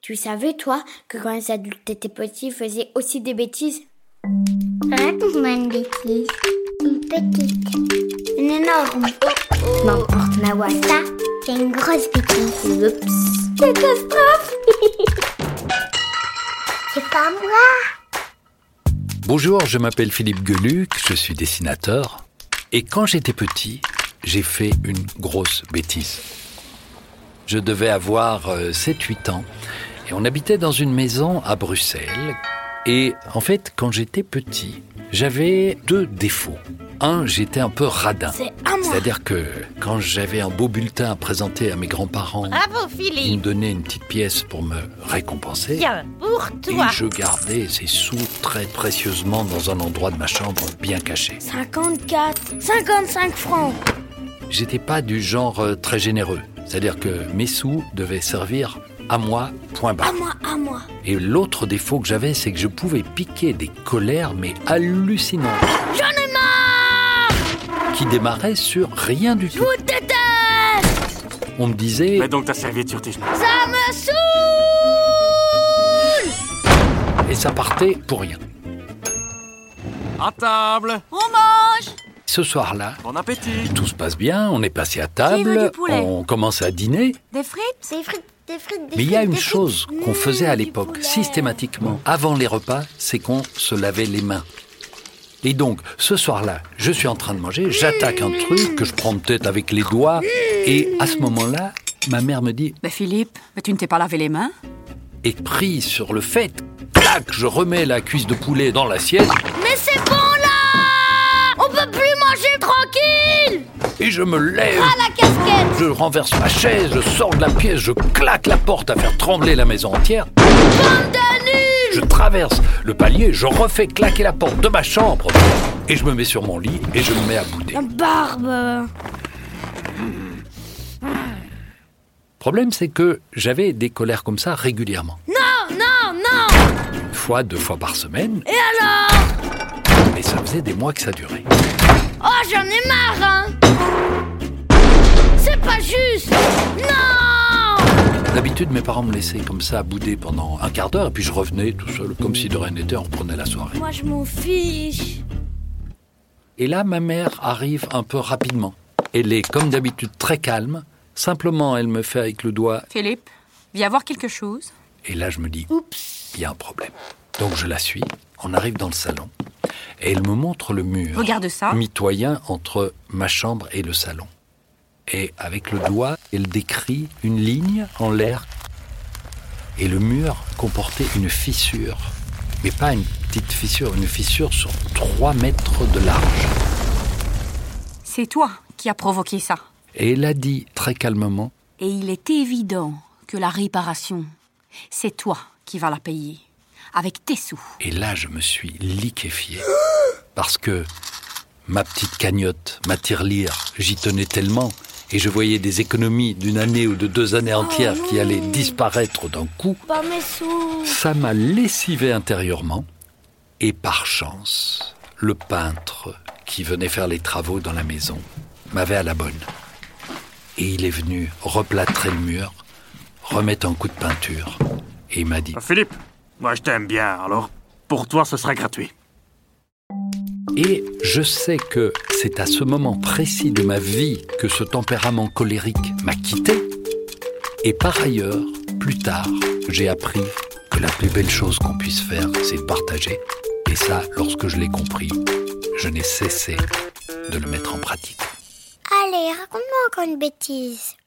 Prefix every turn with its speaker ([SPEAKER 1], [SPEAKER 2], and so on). [SPEAKER 1] Tu savais, toi, que quand les adultes étaient petits, ils faisaient aussi des bêtises
[SPEAKER 2] Raconte-moi une bêtise.
[SPEAKER 1] Une petite.
[SPEAKER 2] Une énorme.
[SPEAKER 1] N'importe, Mawa.
[SPEAKER 2] Ça, c'est une grosse bêtise.
[SPEAKER 1] Oups.
[SPEAKER 2] Catastrophe C'est pas moi
[SPEAKER 3] Bonjour, je m'appelle Philippe Geluc, je suis dessinateur. Et quand j'étais petit, j'ai fait une grosse bêtise. Je devais avoir 7-8 ans et on habitait dans une maison à Bruxelles. Et en fait, quand j'étais petit, j'avais deux défauts. Un, j'étais un peu radin.
[SPEAKER 1] C'est à moi.
[SPEAKER 3] C'est-à-dire que quand j'avais un beau bulletin à présenter à mes grands-parents,
[SPEAKER 1] Ah
[SPEAKER 4] Bravo
[SPEAKER 3] ils
[SPEAKER 4] Philippe,
[SPEAKER 3] me donnaient une petite pièce pour me récompenser.
[SPEAKER 4] bien pour
[SPEAKER 3] Et
[SPEAKER 4] toi.
[SPEAKER 3] je gardais ces sous très précieusement dans un endroit de ma chambre bien caché.
[SPEAKER 1] 54. 55 francs.
[SPEAKER 3] J'étais pas du genre euh, très généreux. C'est-à-dire que mes sous devaient servir à moi, point barre.
[SPEAKER 1] À moi, à moi.
[SPEAKER 3] Et l'autre défaut que j'avais, c'est que je pouvais piquer des colères, mais hallucinantes. Qui démarraient sur rien du tout. On me disait,
[SPEAKER 5] Mets donc ta serviette sur tes genoux.
[SPEAKER 3] et ça partait pour rien.
[SPEAKER 5] À table
[SPEAKER 4] On mange
[SPEAKER 3] Ce soir-là,
[SPEAKER 5] Bon appétit
[SPEAKER 3] tout se passe bien, on est passé à
[SPEAKER 4] veut du
[SPEAKER 3] table,
[SPEAKER 4] poulet
[SPEAKER 3] on commence à dîner,
[SPEAKER 4] des frites
[SPEAKER 2] Des frites, des frites, des
[SPEAKER 3] Mais il y a
[SPEAKER 2] frites,
[SPEAKER 3] une
[SPEAKER 2] des frites.
[SPEAKER 3] chose qu'on
[SPEAKER 1] Mmh,
[SPEAKER 3] faisait à
[SPEAKER 1] du
[SPEAKER 3] l'époque
[SPEAKER 1] poulet.
[SPEAKER 3] systématiquement avant les repas, c'est qu'on se lavait les mains. Et donc, ce soir-là, je suis en train de manger, j'attaque un truc que je prends peut-être avec les doigts, et à ce moment-là, ma mère me dit,
[SPEAKER 6] Mais Ben, Philippe, mais tu ne t'es pas lavé les mains
[SPEAKER 3] et pris sur le fait, clac, je remets la cuisse de poulet dans l'assiette,
[SPEAKER 1] Mais c'est bon là On peut plus manger tranquille Ah,
[SPEAKER 3] et je me lève,
[SPEAKER 1] La casquette
[SPEAKER 3] je renverse ma chaise, je sors de la pièce, je claque la porte à faire trembler la maison entière, Je traverse le palier, je refais claquer la porte de ma chambre et je me mets sur mon lit et je me mets à bouder.
[SPEAKER 1] Barbe
[SPEAKER 3] Le problème, c'est que j'avais des colères comme ça régulièrement.
[SPEAKER 1] Non, non, non
[SPEAKER 3] Une fois, deux fois par semaine,
[SPEAKER 1] Et alors
[SPEAKER 3] mais ça faisait des mois que ça durait.
[SPEAKER 1] Oh, j'en ai marre, hein C'est pas juste Non
[SPEAKER 3] D'habitude, mes parents me laissaient comme ça bouder pendant un quart d'heure et puis je revenais tout seul, comme si de rien n'était, on reprenait la soirée.
[SPEAKER 1] Moi, je m'en fiche
[SPEAKER 3] Et là, ma mère arrive un peu rapidement. Elle est, comme d'habitude, très calme. Simplement, elle me fait avec le doigt
[SPEAKER 6] Philippe, viens voir quelque chose.
[SPEAKER 3] Et là, je me dis, oups, il y a un problème. Donc je la suis, on arrive dans le salon, et elle me montre le mur.
[SPEAKER 6] Regarde ça.
[SPEAKER 3] Mitoyen entre ma chambre et le salon. Et avec le doigt, elle décrit une ligne en l'air. Et le mur comportait une fissure. Mais pas une petite fissure, une fissure sur 3 mètres de large.
[SPEAKER 6] C'est toi qui as provoqué ça.
[SPEAKER 3] Et elle a dit très calmement,
[SPEAKER 6] Et il est évident que la réparation, c'est toi qui vas la payer. Avec tes sous.
[SPEAKER 3] Et là, je me suis liquéfié. Parce que ma petite cagnotte, ma tirelire, j'y tenais tellement. Et je voyais des économies d'une année ou de deux années entières qui allaient disparaître d'un coup.
[SPEAKER 1] Pas mes sous
[SPEAKER 3] Ça m'a lessivé intérieurement. Et par chance, le peintre qui venait faire les travaux dans la maison m'avait à la bonne. Et il est venu replâtrer le mur, remettre un coup de peinture. Et il m'a dit
[SPEAKER 5] Euh, Philippe, moi je t'aime bien, alors pour toi ce sera gratuit.
[SPEAKER 3] Et je sais que c'est à ce moment précis de ma vie que ce tempérament colérique m'a quitté. Et par ailleurs, plus tard, j'ai appris que la plus belle chose qu'on puisse faire, c'est de partager. Et ça, lorsque je l'ai compris, je n'ai cessé de le mettre en pratique.
[SPEAKER 2] Allez, raconte-moi encore une bêtise.